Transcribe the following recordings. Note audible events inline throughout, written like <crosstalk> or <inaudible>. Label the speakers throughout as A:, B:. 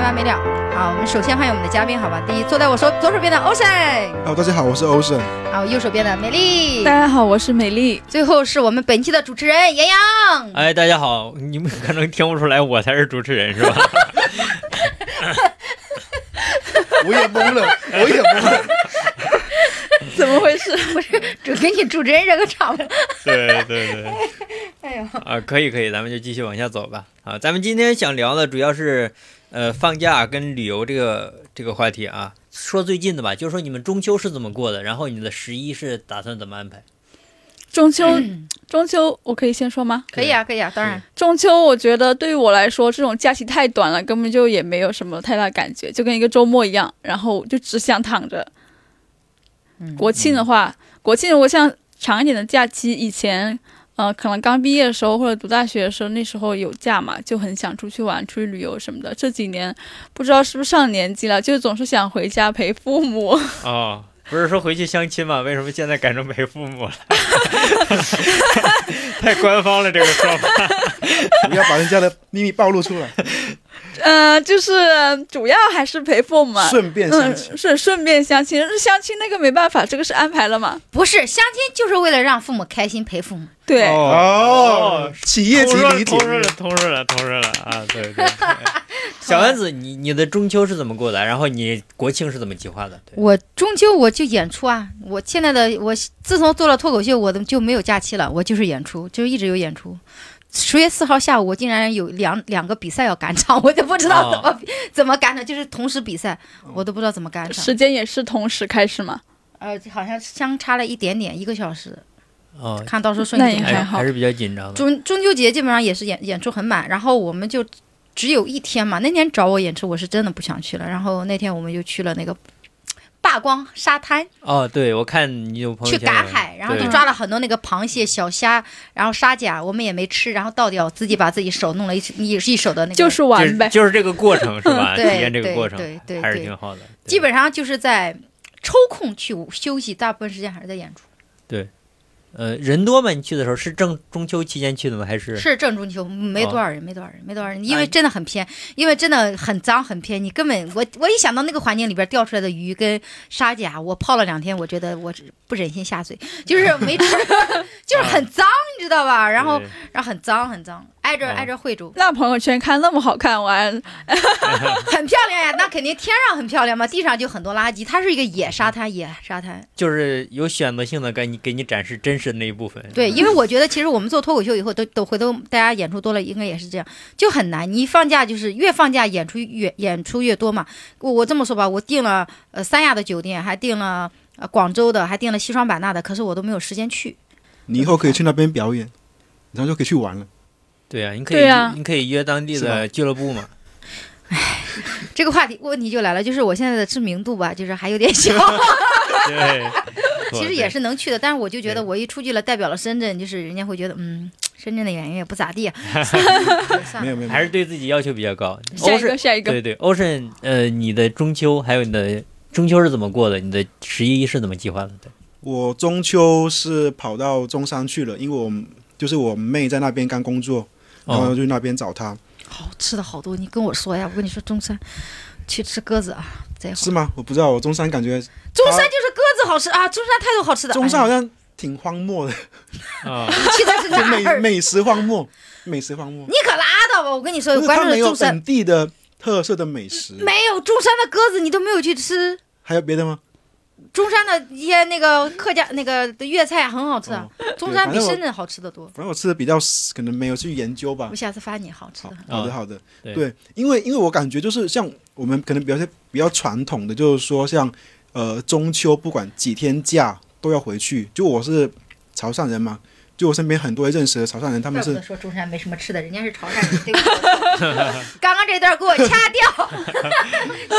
A: 完没了。好，我们首先欢迎我们的嘉宾，好吧？第一，坐在我手左手边的 Ocean，
B: 哦，大家好，我是 Ocean。
A: 好，右手边的美丽
C: 大，家好，我是美丽。
A: 最后是我们本期的主持人杨
D: <laughs>
A: 洋。
D: 哎，大家好，你们可能听不出来，我才是主持人是吧？
B: 我也懵了，我也懵了。
C: <laughs> 怎么回 <laughs> 事？
A: 主给你主持人热个场。
D: <laughs> 对对对，
A: <laughs> 哎呦，
D: 啊，可以可以，咱们就继续往下走吧。啊，咱们今天想聊的主要是，呃，放假跟旅游这个这个话题啊。说最近的吧，就是说你们中秋是怎么过的，然后你的十一是打算怎么安排？
C: 中秋，中秋，我可以先说吗？
A: 可以啊，可以啊，当然。
C: 中秋，我觉得对于我来说，这种假期太短了，根本就也没有什么太大感觉，就跟一个周末一样，然后就只想躺着。
A: 嗯
C: 国庆的话，国庆如果像长一点的假期，以前呃，可能刚毕业的时候或者读大学的时候，那时候有假嘛，就很想出去玩、出去旅游什么的。这几年不知道是不是上年纪了，就总是想回家陪父母。
D: 哦，不是说回去相亲吗？为什么现在改成陪父
A: <laughs>
D: 母了？ <laughs> 太官方了这个说法。
B: 不要把人家的秘密暴露出来，
C: 呃，就是主要还是陪父母嘛。
B: 顺便相亲。
C: 嗯，是顺便相亲，相亲那个没办法，这个是安排了嘛？
A: 不是相亲，就是为了让父母开心，陪父母。
C: 对，
B: 哦，企业级理解
D: 通。顺了，通顺了，通顺了啊！对对。对 <laughs> 小丸子，你你的中秋是怎么过的？然后你国庆是怎么计划的？对，
A: 我中秋我就演出啊！我现在的我自从做了脱口秀，我的就没有假期了，我就是演出，就一直有演出。十月四号下午，我竟然有两两个比赛要赶场， <laughs> 我就不知道怎么、怎么赶场，就是同时比赛，我都不知道怎么赶场。
C: 时间也是同时开始嘛。
A: 呃，好像相差了一点点，一个小时，
D: 哦，
A: 看到时候顺
C: 那
A: 一
C: 也
A: 点。
D: 还
C: 还好
D: 还是比较紧张的。
A: 中中秋节基本上也是演演出很满，然后我们就只有一天嘛。那天找我演出，我是真的不想去了。然后那天我们就去了那个霸光沙滩，
D: 哦，对，我看你有朋友
A: 去
D: 圈
A: 赶
D: 有
A: 海，然后就
D: 哦对
A: 抓了很多那个螃蟹、小虾，然后沙甲，我们也没吃，然后倒掉，自己把自己手弄了一一一手的那个，
C: 就是
D: 就
C: 玩
D: 是
C: 呗，
D: 就是这个过程
A: <laughs>
D: 是吧？体
A: 对
D: 验这个过程
A: 对对对
D: 还是
A: 对
D: 挺好的。对
A: 基本上就是在抽空去休息，大部分时间还是在演出。
D: 呃人多吗？你去的时候是正中秋期间去的吗？还是
A: 是正中秋，没
D: 哦
A: 多少人，没多少人，没多少人，因
D: 哎
A: 为真的很偏，因为真的很脏很偏，你根本我我一想到那个环境里边钓出来的鱼跟沙甲，我泡了两天，我觉得我只不忍心
D: <laughs>
A: 下嘴，就是没吃， <laughs> 就是很脏，你知道吧？然后
D: 啊对
A: 然后很脏很脏，挨着
D: 哦
A: 挨着惠州，
C: 那朋友圈看那么好看，我还
A: 很漂亮呀，那肯定天上很漂亮嘛，地上就很多垃圾，它是一个野沙滩，野沙滩。
D: 就是有选择性的给你给你展示真实的那一部分？
A: 对，因为我觉得其实我们做脱口秀以后，都都回头大家演出多了，应该也是这样，就很难。你一放假就是越放假演出越演出越多嘛。我我这么说吧，我订了呃三亚的酒店，还订了呃广州的，还订了西双版纳的，可是我都没有时间去。
B: 你以后可以去那边表演，然后就可以去玩了。
D: 对啊，你可以
C: 对啊
D: 你可以约当地
B: 是吧
D: 的俱乐部嘛。
A: 这个话题问题就来了，就是我现在的知名度吧，就是还有点小，
D: 对，
A: <laughs> 其实也是能去的，但是我就觉得我一出去了，代表了深圳，就是人家会觉得嗯，深圳的演员也不咋 <laughs> 地、啊算了，算
B: 没
A: 了
B: 有没有，
D: 还是对自己要求比较高。
C: 下一
B: 哦
C: 个下一个，
D: 对对，Ocean，呃，你的中秋还有你的中秋是怎么过的？你的十一是怎么计划的？对，
B: 我中秋是跑到中山去了，因为我就是我妹在那边刚工作，然后
D: 哦，
B: 就去那边找她，
A: 好吃的好多，你跟我说呀，我跟你说中山去吃鸽子啊，这会儿
B: 是吗？我不知道，我中山感觉
A: 中山就是鸽子好吃啊，中山太多好吃的。
B: 中山
A: 哎
B: 好
A: 呀
B: 像挺荒漠的，
D: 啊、
A: 你去
B: <laughs>
A: 的是
B: 就
A: 哪
B: 美
A: 儿？
B: 美食荒漠，美食荒漠
A: 你。可拉倒吧！我跟你说，
B: 不是
A: 关
B: 它
A: 注的
B: 没有
A: 中山
B: 本地的特色的美食，
A: 没有中山的鸽子，你都没有去吃。
B: 还有别的吗？
A: 中山的一些那个客家那个粤菜很好吃啊，中山
B: 反
A: 比
B: 正我
A: 深圳好吃的多。
B: 嗯反正我吃的比较死，可能没有去研究吧
A: 我。下次发你好吃
B: 好
A: 的。
B: 好的
D: 啊
B: 好的，
D: 对
B: 对，因为因为我感觉就是像我们可能比较比较传统的，就是说像呃中秋不管几天假都要回去。就我是潮汕人嘛，就我身边很多认识的潮汕人，他们
A: 怪 <laughs> 不
B: 是
A: 得说中山没什么吃的，人家是潮汕人。对不起，
B: <laughs>
A: 刚刚这段给我掐掉， <laughs>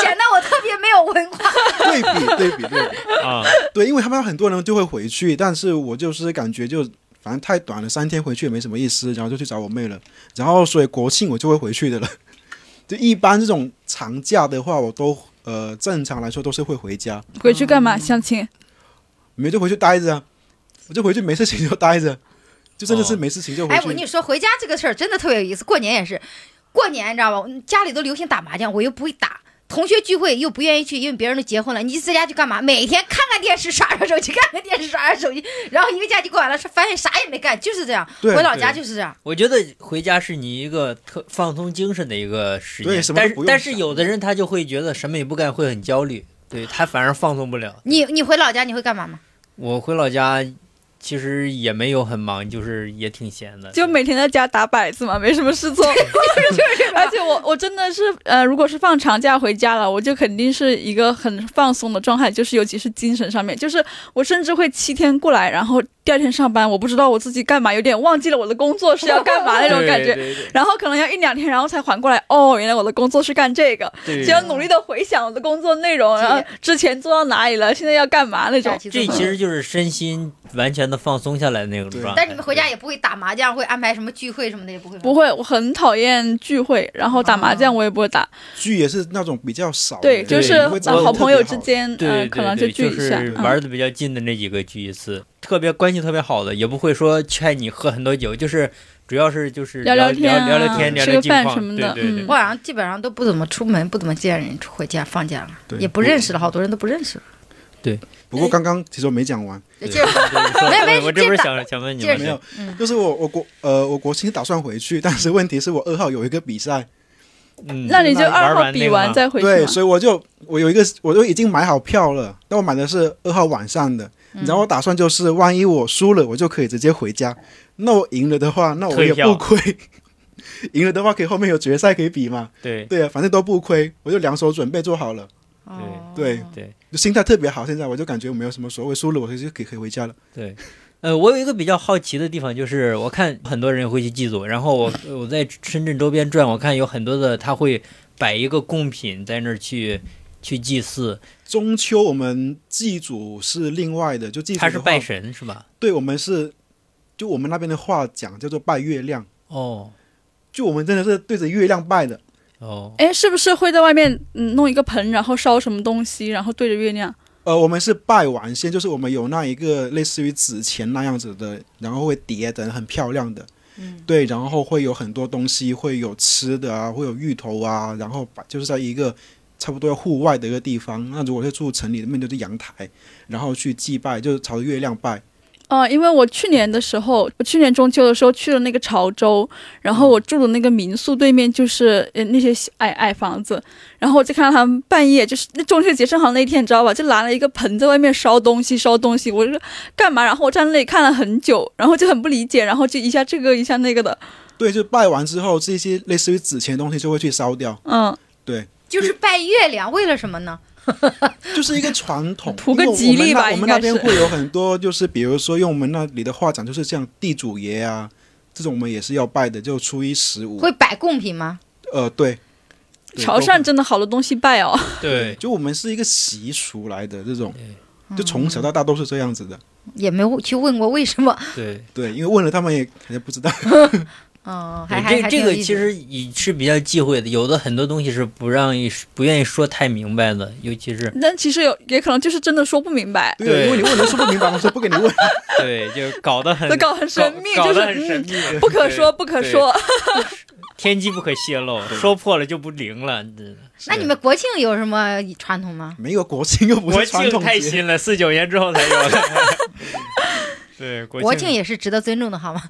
A: 显得我特别没有文化。
B: 对比对比对比，
D: 啊，
B: 对，因为他们很多人就会回去，但是我就是感觉就反正太短了，三天回去也没什么意思，然后就去找我妹了，然后所以国庆我就会回去的了。 <laughs> 就一般这种长假的话，我都呃正常来说都是会回家，
C: 回去干嘛？相亲？
B: 没就回去待着啊，我就回去没事情就待着，就真的是
D: 哦
B: 没事情就回
A: 哎，
B: 去。
A: 我跟你说，回家这个事儿真的特别有意思。过年也是，过年你知道吧？家里都流行打麻将，我又不会打。同学聚会又不愿意去，因为别人都结婚了，你在家去干嘛？每天看看电视，刷刷手机，看看电视，刷刷手机，然后一个假期过完了，发现啥也没干，就是这样。
B: 对
A: 回老家
D: 对
A: 就是这样。
D: <laughs> 我觉得回家是你一个特放松精神的一个时
B: 对
D: 间
B: 什，么
D: 但
B: 都
D: 是
B: 不用
D: 但是
B: 想
D: 有的人他就会觉得什么也不干会很焦虑，对他反而放松不了。
A: 你你回老家你会干嘛吗？
D: 我回老家其实也没有很忙，就是也挺闲的，
C: 就每天在家打摆子嘛，没什么事做。 <laughs> 而且我我真的是呃，如果是放长假回家了，我就肯定是一个很放松的状态，就是尤其是精神上面，就是我甚至会七天过来，然后第二天上班，我不知道我自己干嘛，有点忘记了我的工作是要干嘛那种感觉。
D: 对对
C: 然后可能要一两天，然后才缓过来，哦，原来我的工作是干这个，
D: 对
C: 就要努力的回想我的工作内容，然后之前做到哪里了，现在要干嘛那种
A: 假。期
D: 这
A: 做
D: 其实就是身心完全的放松下来那种
B: 对
D: 状态。
A: 但你们回家也不会打麻将，会安排什么聚会什么的也不会吧。
C: 不会，我很讨厌聚会，然后打麻
D: 哦
C: 将我也不会打，
B: 剧也是那种比较少的，
C: 对，就
D: 对
C: 是
B: 你会找
D: 得
B: 到
C: 好
B: 特别
C: 朋友之间，
D: 对
C: 呃
D: 对，
C: 可能
D: 对
C: 聚
D: 就
C: 一下。
D: 是
C: 嗯
D: 玩的比较近的那几个聚一次，特别关系特别好的，也不会说劝你喝很多酒，就是主要是就是
C: 聊
D: 聊
C: 天啊
D: 聊聊天，聊
C: 吃
D: 聊
C: 个
D: 近
C: 饭
D: 况
C: 什么的
D: 对对对
C: 嗯
A: 我好像基本上都不怎么出门，不怎么见人，回家放假了，
B: 对
A: 也不认识了，好多人都不认识了。
B: 不过刚刚其实我没讲完，
A: 对
D: 对对
A: 没有没
D: 对
A: 有
D: 我这不
A: 接
D: 是
A: 着
D: 想想问你
A: 接着
D: 们
B: 没
D: 这
B: 有
A: 嗯，
B: 就是我我国呃我国庆打算回去，但是问题是我二号有一个比赛，
D: 嗯，
C: 那你就
D: 玩
C: 二号
D: 完那
C: 比
D: 个
C: 完
D: 吗
C: 再回去
B: 对，
C: 嘛。
B: 所以我就我有一个我都已经买好票了，但我买的是二号晚上的，然后我打算就是万一我输了，我就可以直接回家，那我赢了的话，那我
D: 退
B: 也
D: 票
B: 不亏， <laughs> 赢了的话可以后面有决赛可以比嘛，
D: 对
B: 对啊，反正都不亏，我就两手准备做好了，
A: 哦
B: 对
D: 对
B: 就心态特别好，现在我就感觉没有什么所谓，输了我就可以可以回家了，
D: 对。呃，我有一个比较好奇的地方，就是我看很多人会去祭祖，然后我我在深圳周边转，我看有很多的他会摆一个贡品在那儿去去祭祀，
B: 中秋我们祭祖是另外的，就祭祖
D: 他
B: 的
D: 是
B: 话
D: 拜神是吧？
B: 对我们是，就我们那边的话讲叫做拜月亮，
D: 哦
B: 就我们真的是对着月亮拜的。
D: 哦，
C: 哎，是不是会在外面嗯弄一个盆，然后烧什么东西，然后对着月亮？
B: 呃，我们是拜完先，就是我们有那一个类似于纸钱那样子的，然后会叠的很漂亮的，
A: 嗯，
B: 对，然后会有很多东西，会有吃的啊，会有芋头啊，然后把就是在一个差不多要户外的一个地方。那如果是住城里，面对着阳台，然后去祭拜，就是朝着月亮拜。
C: 哦，因为我去年的时候，我去年中秋的时候去了那个潮州，然
D: 嗯
C: 后我住的那个民宿对面就是呃那些小矮矮房子，然后我就看到他们半夜就是那中秋节正好那天，你知道吧？就拿了一个盆在外面烧东西，烧东西，我就说干嘛？然后我站那里看了很久，然后就很不理解，然后就一下这个一下那个的，
B: 对，就拜完之后，这些类似于纸钱的东西就会去烧掉，
C: 嗯，
A: 就是拜月亮，为了什么呢？
B: 就是一个传统，
C: <laughs> 图个吉利吧
B: 因为我们那
C: 应该
B: 我们那边
C: 是
B: 会有很多，就是比如说用我们那里的话讲，就是像地主爷啊，这种我们也是要拜的，就初一十五。
A: 会摆贡品吗？
B: 呃，对，对
C: 潮汕真的好多东西拜哦。 <laughs>
D: 对，
B: 就我们是一个习俗来的这种，就从小到大都是这样子的。
A: 也没有去问过为什 <laughs> 么。
D: 对，
B: 对，因为问了他们也还是不知道。
A: 嗯，还还
D: 对，这
A: 还
D: 这
A: 挺有
D: 个
A: 意思
D: 其实也是比较忌讳的，有的很多东西是不让意不愿意说太明白的，尤其是
C: 但其实有也可能就是真的说不明白，
B: 对，因为你问了说不明白，我说不给你
D: <laughs>
B: 问。
D: <laughs> 对，就搞得很
C: 都搞很神秘，
D: 搞
C: 就
D: 搞
C: 是
D: 得很神
C: 嗯，
D: 秘，
C: 不可说，不可说。
D: 天机不可泄露，说破了就不灵了。这
A: 那你们国庆有什么传统吗？
B: 没有国庆又不
D: 国
B: 是传
D: 庆
B: 统
D: 太
B: 节，
D: 新了，四九年之后才有的。对，国
A: 国庆
D: 庆
A: 也是值得尊重的，好吗？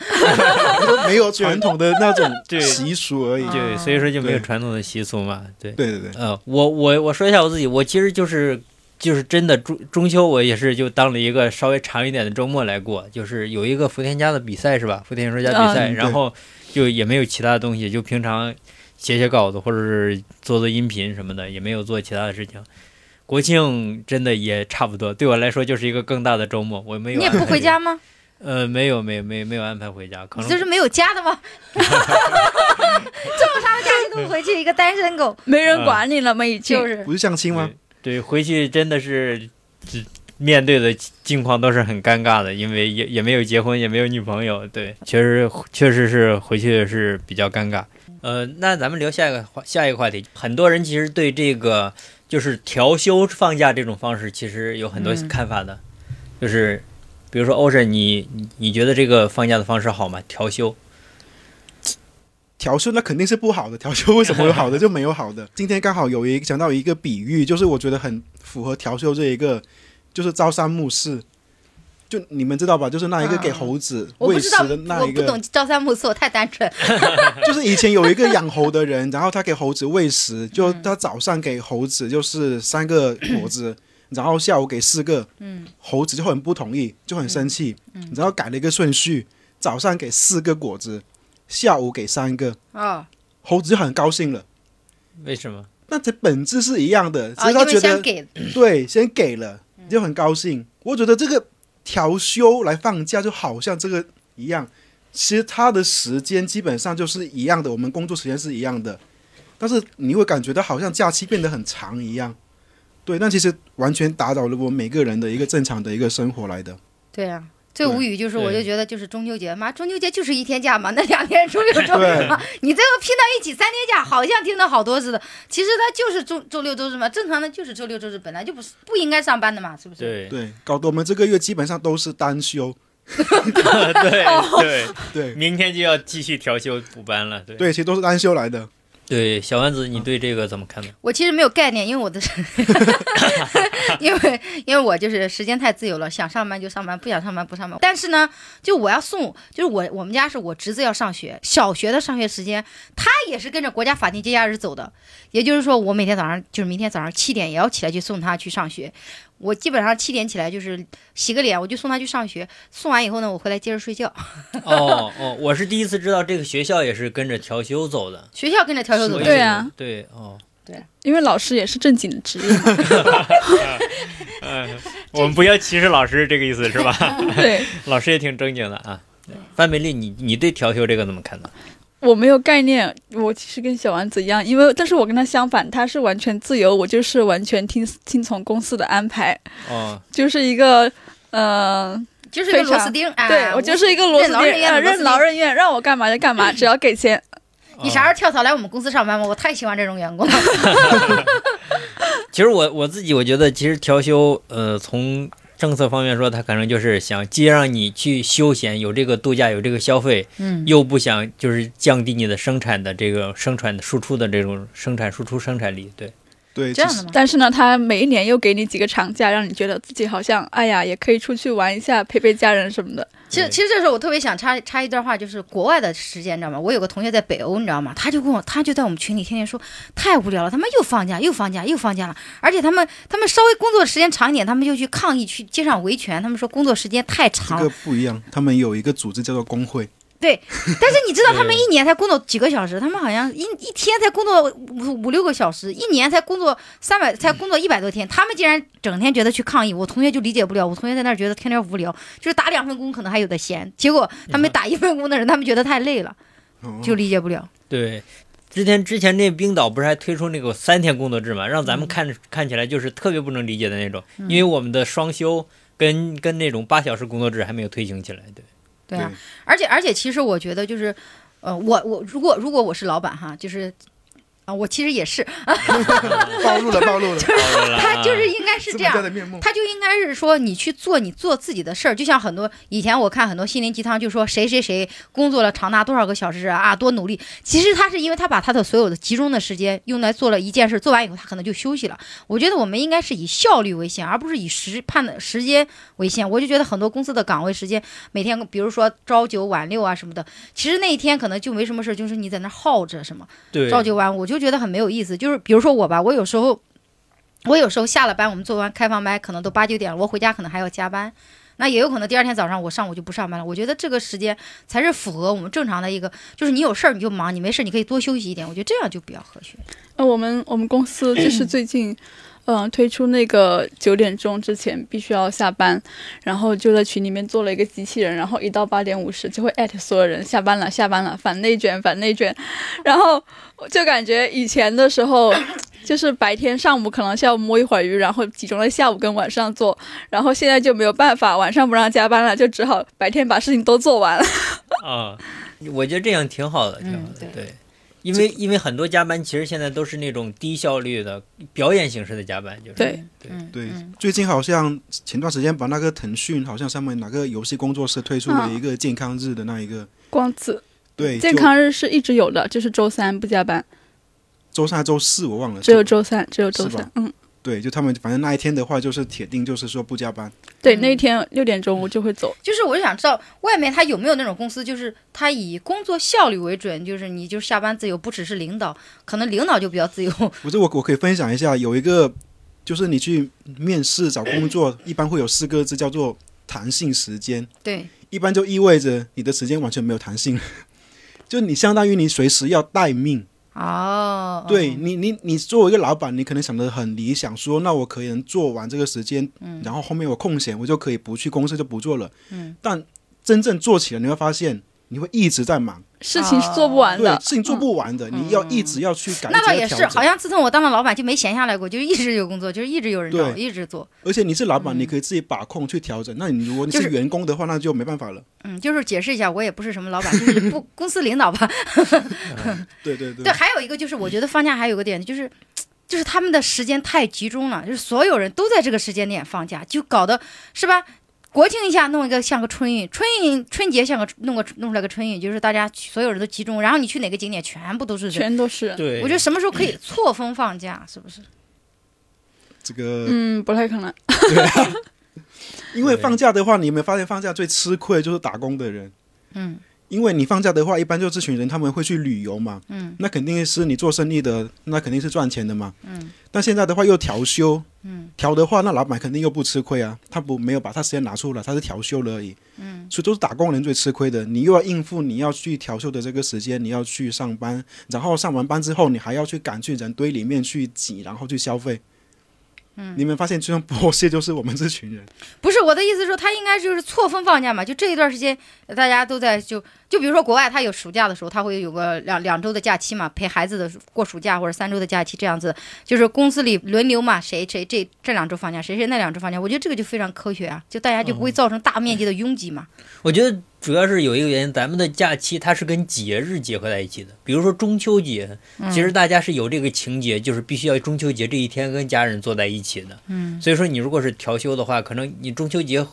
B: 没有传统的那种
D: <laughs> 对嗯
B: 习俗而已。
D: 对，所以说就没有
B: 对
D: 传统的习俗嘛。对，
B: 对对对，
D: 呃，我我我说一下我自己，我其实就是就是真的中中秋，我也是就当了一个稍微长一点的周末来过，就是有一个福田家的比赛是吧？福田说家
A: 啊
D: 比赛，
B: 嗯
D: 然
B: 对
D: 后就也没有其他东西，就平常写写稿子或者是做做音频什么的，也没有做其他的事情。国庆真的也差不多，对我来说就是一个更大的周末，我没有。啊
A: 你也不回家？吗？
D: 呃，没有，没有，没有，没有安排回家，可
A: 你
D: 能
A: 这是没有家的
D: <laughs>
A: 吗？这么长的假期都不回去，一个单身狗
C: 没人管你了吗？已经
A: 就。是
B: 不是相亲吗？
D: 对，回去真的是只面对的境况都是很尴尬的，因为也也没有结婚，也没有女朋友，对，确实确实是回去是比较尴尬。呃，那咱们聊下一个话下一个话题，很多人其实对这个就是调休放假这种方式，其实有很多
A: 嗯
D: 看法的，就是比如说欧神，你你你觉得这个放假的方式好吗？调休
B: 调休那肯定是不好的， <laughs> 调休为什么
A: <laughs>
B: 有好的就没有好的？今天刚好有一讲到一个比喻，就是我觉得很符合调休这一个，就是朝三暮四。就你们知道吧？就是那一个给
A: 啊
B: 猴子
A: 我
B: 喂
A: 不知道，
B: 食的那
A: 我
B: 一
A: 不
B: 个，
A: 懂朝三暮四，我太单纯。
B: <laughs> 就是以前有一个养猴的人，然后他给猴子喂
A: 嗯
B: 食，就他早上给猴子就是三个果
A: 嗯
B: 子，然后下午给四个，嗯，猴子就很不同意，就很生气，
A: 嗯
B: 然后改了一个顺序，早上给四个果子，下午给三个，
A: 哦，
B: 猴子就很高兴了。
D: 为什么？
B: 那它本质是一样的，只
A: 啊，
B: 是
A: 因
B: 他觉
A: 为
B: 得、
A: 想给嗯
B: 对，先给了就很高兴。我觉得这个调休来放假就好像这个一样，其实它的时间基本上就是一样的，我们工作时间是一样的，但是你会感觉到好像假期变得很长一样。对，但其实完全打扰了我们每个人的一个正常的一个生活来的。
A: 对啊。最
B: 对
A: 无语就是，我
D: 对
A: 就觉得就是中秋节，妈，中秋节就是一天假嘛，那两天周六周日嘛，你最后拼到一起三天假，好像听了好多似的。其实它就是周周六周日嘛，正常的就是周六周日，本来就不是不应该上班的嘛，是不是？
D: 对
B: 对，搞得我们这个月基本上都是单休。
D: <laughs> 对对，
B: 对
D: 明天就要继续调休补班了。对
B: 对，其实都是单休来的。
D: 对，小丸子，你对这个怎么看呢？
A: 我其实没有概念，因为我的， <laughs> 因为因为我就是时间太自由了，想上班就上班，不想上班不上班。但是呢，就我要送，就是我我们家是我侄子要上学，小学的上学时间，他也是跟着国家法定节假日走的，也就是说，我每天早上就是明天早上七点也要起来去送他去上学。我基本上七点起来就是洗个脸，我就送他去上学。送完以后呢，我回来接着睡觉。
D: <laughs> 哦哦，我是第一次知道这个学校也是跟着调休走的。
A: 学校跟着调休走
D: 所以
A: 的，
C: 对啊
D: 对哦，
C: 因为老师也是正经的职业嘛，
D: 嗯，我们不要歧视老师这个意思是吧？ <laughs>
C: 对
D: 老师也挺正经的啊。范美丽，你你对调休这个怎么看呢？
C: 我没有概念。我其实跟小丸子一样，因为但是我跟他相反，他是完全自由，我就是完全听听从公司的安排，
D: 哦，
C: 就是一个呃，
A: 就是一个
C: 非
A: 螺
C: 常
A: 丝钉。啊、
C: 对我就是一个螺丝
A: 任
C: 钉，
A: 劳任怨的螺
C: 呃
A: 丝
C: 任
A: 钉
C: 劳任怨，让我干嘛就干嘛，只要给钱。
D: 嗯
A: 你啥时候跳槽来我们公司上班吧？我太喜欢这种员工了。
D: 其实我我自己我觉得，其实调休，呃，从政策方面说，它可能就是想既让你去休闲，有这个度假，有这个消费，
A: 嗯，
D: 又不想就是降低你的生产的这个生产输出的这种生产输出生产力。对，
B: 对，
A: 这样
B: 其
A: 的
B: 实
A: 吗？
C: 但是呢，他每一年又给你几个长假，让你觉得自己好像哎呀，也可以出去玩一下，陪陪家人什么的。
A: 其实，
D: 对
A: 其实这时候我特别想插插一段话，就是国外的时间，你知道吗？我有个同学在北欧，你知道吗？他就跟我，他就在我们群里天天说，太无聊了，他们又放假，又放假，又放假了。而且他们，他们稍微工作时间长一点，他们就去抗议，去街上维权，他们说工作时间太
B: 这
A: 长了
B: 个。不一样，他们有一个组织叫做工会。
A: 但是你知道，他们
D: 对
A: 一年才工作几个小时？他们好像一一天才工作五五六个小时，一年才工作三百，才工作一百多天。他们竟然整天觉得去抗议，我同学就理解不了。我同学在那儿觉得天天无聊，就是打两份工可能还有的闲。结果他们打一份工的人，他们觉得太累了，
B: 哦
A: 就理解不了。
D: 对，之前之前那冰岛不是还推出那个三天工作制嘛，让咱
A: 嗯
D: 们看、看起来就是特别不能理解的那种，因为我们的双休跟跟那种八小时工作制还没有推行起来。
A: <laughs>
D: 对，
A: 对啊，而且而且，其实我觉得就是，呃，我我如果如果我是老板哈，就是。啊，我其实也是，
B: <laughs> 暴露了，暴露了，
D: 暴露了
A: 他
D: 啊
A: 就是应该是
B: 资
A: 这
B: 本家
A: 样，
B: 的面目。
A: 他就应该是说，你去做你做自己的事儿，就像很多以前我看很多心灵鸡汤，就说谁谁谁工作了长达多少个小时啊，啊多努力。其实他是因为他把他的所有的集中的时间用来做了一件事，做完以后他可能就休息了。我觉得我们应该是以效率为先，而不是以时判的时间为先。我就觉得很多公司的岗位时间每天，比如说朝九晚六啊什么的，其实那一天可能就没什么事儿，就是你在那儿耗着什么。
D: 对
A: 朝九晚五，我就觉得很没有意思。就是比如说我吧，我有时候，我有时候下了班，我们做完开放麦可能都八九点了，我回家可能还要加班。那也有可能第二天早上我上午就不上班了。我觉得这个时间才是符合我们正常的一个，就是你有事儿你就忙，你没事儿你可以多休息一点。我觉得这样就比较科学。
C: 呃，我们我们
B: <clears throat>
C: 公司就是最近，嗯、推出那个九点钟之前必须要下班，然后就在群里面做了一个机器人，然后一到八点五十就会艾特所有人下班了，下班了，反内卷，反内卷，然后我就感觉以前的时候。就是白天上午可能下午摸一会儿鱼，然后集中在下午跟晚上做，然后现在就没有办法，晚上不让加班了，就只好白天把事情都做完了。
D: 啊、我觉得这样挺好的，挺好
A: 嗯
D: 的，对。因为因为很多加班其实现在都是那种低效率的表演形式的加班，就是
C: 对
D: 对
A: 嗯，
B: 对
A: 嗯，
B: 最近好像前段时间把那个腾讯好像上面哪个游戏工作室推出了一个健康日的那一个，
C: 光子
B: 对，
C: 健
B: 就
C: 康日是一直有的，就是周三不加班，
B: 周三、周四我忘了，
C: 只有周三，只有周
B: 是吧
C: 三。嗯，
B: 对，就他们反正那一天的话，就是铁定就是说不加班。
C: 对，
A: 嗯
C: 那一天六点钟我就会走。
A: 就是我就想知道外面他有没有那种公司，就是他以工作效率为准，就是你就下班自由，不只是领导，可能领导就比较自由。 <laughs>
B: 不是我，我可以分享一下，有一个就是你去面试找工作，一般会有四个字叫做弹性时间，
A: 对，
B: 一般就意味着你的时间完全没有弹性， <laughs> 就你相当于你随时要待命。
A: 哦，
B: 对
A: 哦，
B: 你，你你作为一个老板，你可能想的很理想，说那我可能做完这个时间，然后后面我空闲，我就可以不去公司就不做了。
A: 嗯，
B: 但真正做起来，你会发现你会一直在忙，
C: 事情是做不完
B: 对
D: 啊
C: 的，
B: 事情做不完的，你要一直要去改，
A: 嗯那倒
B: 一
A: 也
B: 直要调
A: 是，
B: 整
A: 好像自从我当了老板就没闲下来过，就是一直有工作，就是一直有人找，
B: 对
A: 一直做。
B: 而且你是老板，你可以自己把控去调整。那你如果你
A: 嗯就是
B: 是员工的话，那就没办法了。
A: 嗯，就是解释一下，我也不是什么老板，就是
B: <laughs>
A: 不公司领导吧。
B: 对对对
A: 对，还有一个就是，我觉得放假还有个点就是。就是他们的时间太集中了，就是所有人都在这个时间点放假，就搞得是吧？国庆一下弄一个像个春运，春运春节像个弄个弄出来个春运，就是大家所有人都集中，然后你去哪个景点全部都是人。
C: 全都是。
D: 对，
A: 我觉得什么时候可以错峰放假，是不是？
B: 这个
C: 嗯，不太可能。
B: 因为放假的话，你有没有发现放假最吃亏的就是打工的人？
A: 嗯，
B: 因为你放假的话，一般就这群人他们会去旅游嘛，
A: 嗯，
B: 那肯定是你做生意的，那肯定是赚钱的嘛，嗯。但现在的话又调休，嗯，调的话，那老板肯定又不吃亏啊，他不没有把他时间拿出来，他是调休了而已，嗯。所以都是打工人最吃亏的，你又要应付你要去调休的这个时间，你要去上班，然后上完班之后，你还要去赶去人堆里面去挤，然后去消费。嗯，你们发现这种剥削就是我们这群人。
A: 不是我的意思是说，他应该就是错峰放假嘛，就这一段时间呃大家都在就就比如说国外，他有暑假的时候，他会有个两两周的假期嘛，陪孩子的过暑假或者三周的假期这样子，就是公司里轮流嘛，谁谁这这两周放假，谁谁那两周放假，我觉得这个就非常科学啊，就大家就不会造成大面积的拥挤嘛。
D: 我觉得主要是有一个原因，咱们的假期它是跟节日结合在一起的，比如说中秋节，其实大家是有这个情节，就是必须要中秋节这一天跟家人坐在一起的。嗯，所以说你如果是调休的话，可能你中秋节，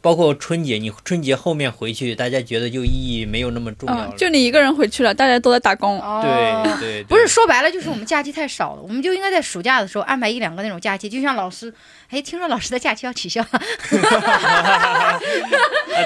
D: 包括春节，你春节后面回去，大家觉得就意义没有那么重要了。啊
C: 嗯，就你哦一个人回去了，大家都在打工。
D: 对对，对
A: 不是说白了就是我们假期太少了，我们就应该在暑假的时候安排一两个那种假期，就像老师，哎，听说老师的假期要取消，
D: 啊，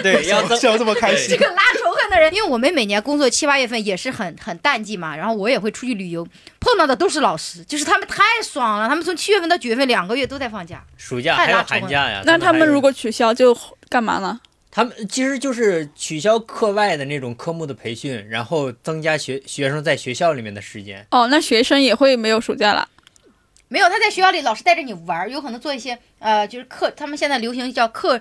D: 对， <laughs> 要增
B: 笑这么开心
A: <laughs> 这，个拉仇恨的人，因为我们每年工作七八月份也是很很淡季嘛，然后我也会出去旅游，碰到的都是老师，就是他们太爽了，他们从七月份到九月份两个月都在放假，
D: 暑假
A: 太
D: 还有
A: 拉仇
D: 寒
A: 恨
D: 假呀。
C: 那他
D: 还
C: 们
D: 有
C: 如果取消，就干嘛了？
D: 他们其实就是取消课外的那种科目的培训，然后增加学学生在学校里面的时间。
C: 哦，那学生也会没有暑假了。
A: 没有他在学校里老师带着你玩儿，有可能做一些呃就是课，他们现在流行叫课。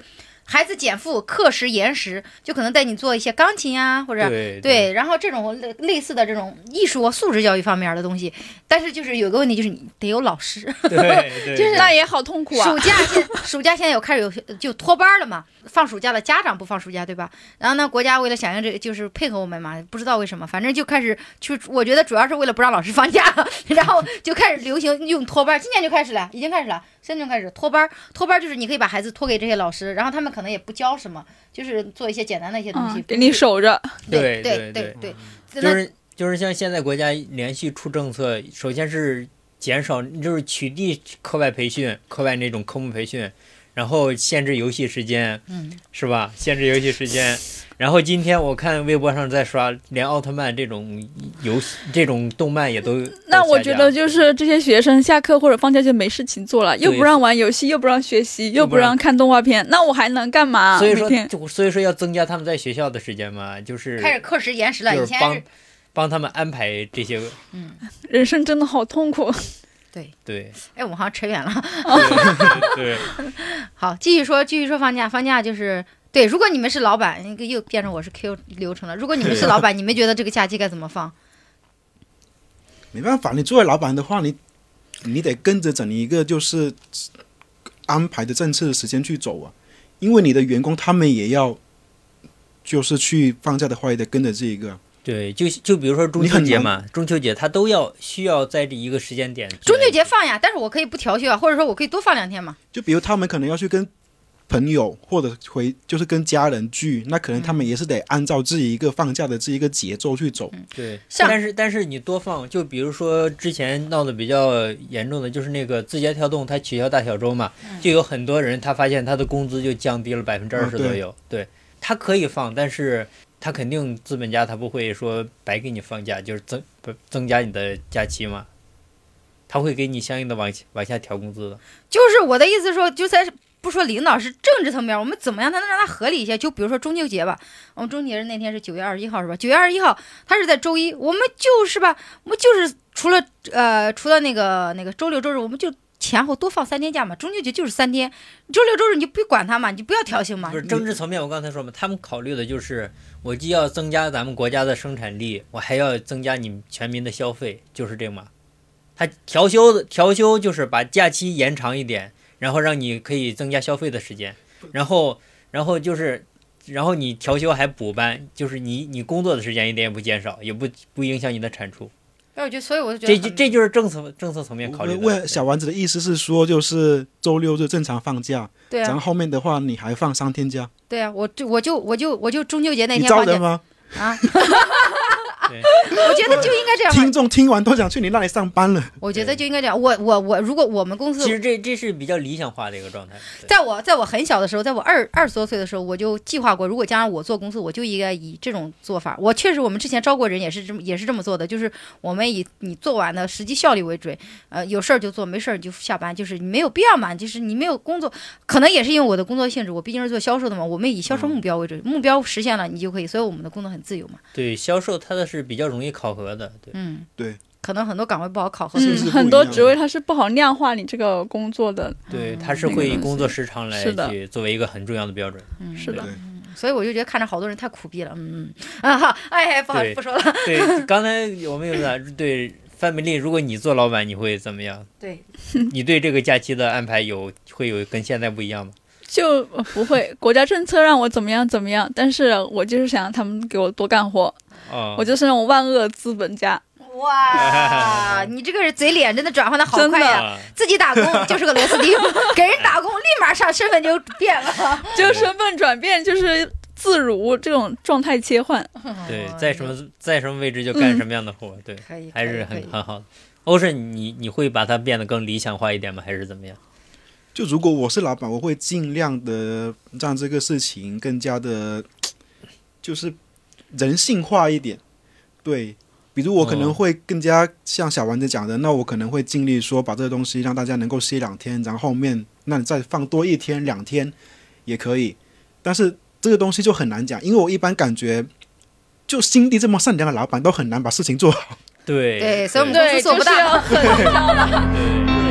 A: 孩子减负、课时、延时，就可能带你做一些钢琴啊，或者
D: 对
A: 对，然后这种类类似的这种艺术啊、素质教育方面的东西，但是就是有个问题，就是你得有老师， <laughs>
D: 对对，
A: 就是
D: 对
C: 那也好痛苦啊
A: 暑！假
D: <laughs>
A: 现暑假现在有开始有就托班了嘛，放暑假的家长不放暑假对吧？然后呢，国家为了响应这就是配合我们嘛，不知道为什么，反正就开始就我觉得主要是为了不让老师放假， <laughs> 然后就开始流行用托班，今年就开始了，已经开始了，现在就开始托班，托班就是你可以把孩子托给这些老师，然后他们可能也不教什么，就是做一些简单的一些东西，
C: 嗯，给你守着。
A: 对
D: 对
A: 对对，
D: 就
A: 那
D: 是就是像现在国家连续出政策，首先是减少就是取缔课外培训、课外那种科目培训，然后限制游戏时间，
A: 嗯，
D: 是吧？限制游戏时间。然后今天我看微博上在刷，连奥特曼这种游戏、这种动漫也都
A: 嗯
C: 那
D: 都
C: 我
D: 下
C: 觉
D: 架
C: 得就是这些学生下课或者放假就没事情做了，又
D: 对
C: 不让玩游戏，又不让学习，又
D: 又不
C: 不让
D: 让
C: 看动画片，那我还能干嘛？
A: 啊
D: 所以
C: 每
D: 说
C: 天
D: 就所以说要增加他们在学校的时间嘛，就是
A: 开始课时延时了，
D: 就
A: 以
D: 是
A: 前
D: 帮
A: 是
D: 帮他们安排这些
C: 人生真的好痛苦。
D: 对
A: 哎，我们好像扯远了。
D: 对对
A: 好，继续说，继续说放假，放假就是对。如果你们是老板，那个又变成我是 Q 流程了。如果你们是老板，你们觉得这个假期该怎么放？
B: 没办法，你作为老板的话，你你得跟着整一个就是安排的政策的时间去走啊，因为你的员工他们也要就是去放假的话，也得跟着这一个啊。
D: 对，就就比如说中
B: 你
D: 秋
B: 很
D: 节
B: 难
D: 嘛，中秋节它都要需要在这一个时间点。
A: 中秋节放呀，但是我可以不调休啊，或者说我可以多放两天嘛。
B: 就比如他们可能要去跟朋友或者回就是跟家人聚，那可能他们也是得按照自己一个放假的这一个节奏去走。
D: 对，
A: 像
D: 但是但是你多放，就比如说之前闹得比较严重的就是那个字节跳动，它取消大小周嘛，就有很多人他发现他的工资就降低了百分之二
B: 啊
D: 十
B: 对
D: 左右。对，他可以放，但是他肯定资本家他不会说白给你放假，就是增不增加你的假期嘛，他会给你相应的往往下调工资的。
A: 就是我的意思说，就在不说领导是政治层面，我们怎么样才能让它合理一些？就比如说中秋节吧，我们中秋节那天是九月二十一号是吧？九月二十一号，它是在周一，我们就是吧，我们就是除了呃除了那个那个周六周日，我们就。前后多放三天假嘛，中秋节就是三天，周六周日你就不管它嘛，你就不要调休嘛
D: 不。是政治层面，我刚才说嘛，他们考虑的就是，我既要增加咱们国家的生产力，我还要增加你们全民的消费，就是这嘛。他调休的调休就是把假期延长一点，然后让你可以增加消费的时间，然后然后就是，然后你调休还补班，就是你你工作的时间一点也不减少，也不不影响你的产出。
A: 哎我觉得，所以我就觉得
D: 这
A: 很
D: 就这就是政策政策层嗯面考虑的。
B: 为小丸子的意思是说，就是周六日正常放假，
A: 对
B: 然后
A: 啊，
B: 后面的话你还放三天假，
A: 对啊，我就我就我就我就中秋节那
B: 你
A: 天
B: 招
A: 放
B: 人
A: 假
B: 吗？
A: 啊，
D: 对
A: 我觉得就应该这样
D: <laughs>
A: 吧
B: 听众听完都想去你那里上班了。
A: 我觉得就应该这样。我我我，如果我们公司
D: 其实这这是比较理想化的一个状态。对
A: 在我在我很小的时候，在我二二十多岁的时候，我就计划过，如果将来我做公司，我就应该以这种做法。我确实，我们之前招过人也是这么也是这么做的，就是我们以你做完的实际效率为准，呃，有事儿就做，没事儿你就下班，就是你没有必要嘛，就是你没有工作，可能也是因为我的工作性质，我毕竟是做销售的嘛，我们以销售
D: 嗯
A: 目标为准，目标实现了你就可以，所以我们的工作很自由嘛，
D: 对，销售它的是比较容易考核的，对。
A: 嗯，
B: 对，
A: 可能很多岗位不好考核，所
B: 是
A: 以
B: 不是
A: 说
B: 不
C: 嗯，很多
B: 一样
C: 职位它是不好量化你这个工作的，
D: 对，
A: 嗯
D: 它是
C: 那个
D: 会以
C: 东
D: 工
C: 西
D: 作时长来
C: 是的
D: 去作为一个很重要的标准。
A: 嗯
C: 是的
B: 对。
A: 所以我就觉得看着好多人太苦逼了，嗯 <laughs> 嗯啊好，哎不好
D: 对
A: 不说了，
D: 对，刚才我们有点对 family，如果你做老板，你会怎么样？
A: 对，
D: 你对这个假期的安排有会有跟现在不一样吗？
C: 就呃不会国家政策让我怎么样怎么样，但是我就是想让他们给我多干活，
D: 哦，
C: 我就是那种万恶资本家，
D: <laughs>
A: 哇，你这个嘴脸真的转换的好
C: 真的
A: 快呀、
D: 啊，
A: 自己打工就是个螺丝
D: <laughs>
A: 钉，给人打工立马上身份就变了。
C: 就身份转变就是自如这种状态切换。
D: 对，在什么在什么位置就干什么样的活，对，
A: 哦哎嗯可以
D: 还是
A: 可以
D: 很
A: 可以
D: 很好的。欧神，你你会把它变得更理想化一点吗？还是怎么样？
B: 就如果我是老板，我会尽量的让这个事情更加的，就是人性化一点。对，比如我可能
D: 哦
B: 会更加像小丸子讲的，那我可能会尽力说把这个东西让大家能够歇两天，然后后面那你再放多一天两天也可以。但是这个东西就很难讲，因为我一般感觉。就心地这么善良的老板都很难把事情做好。
D: 对
A: 对所以我们公
C: 对，
A: 司做不
C: 就是
A: 大
C: 要很
D: 对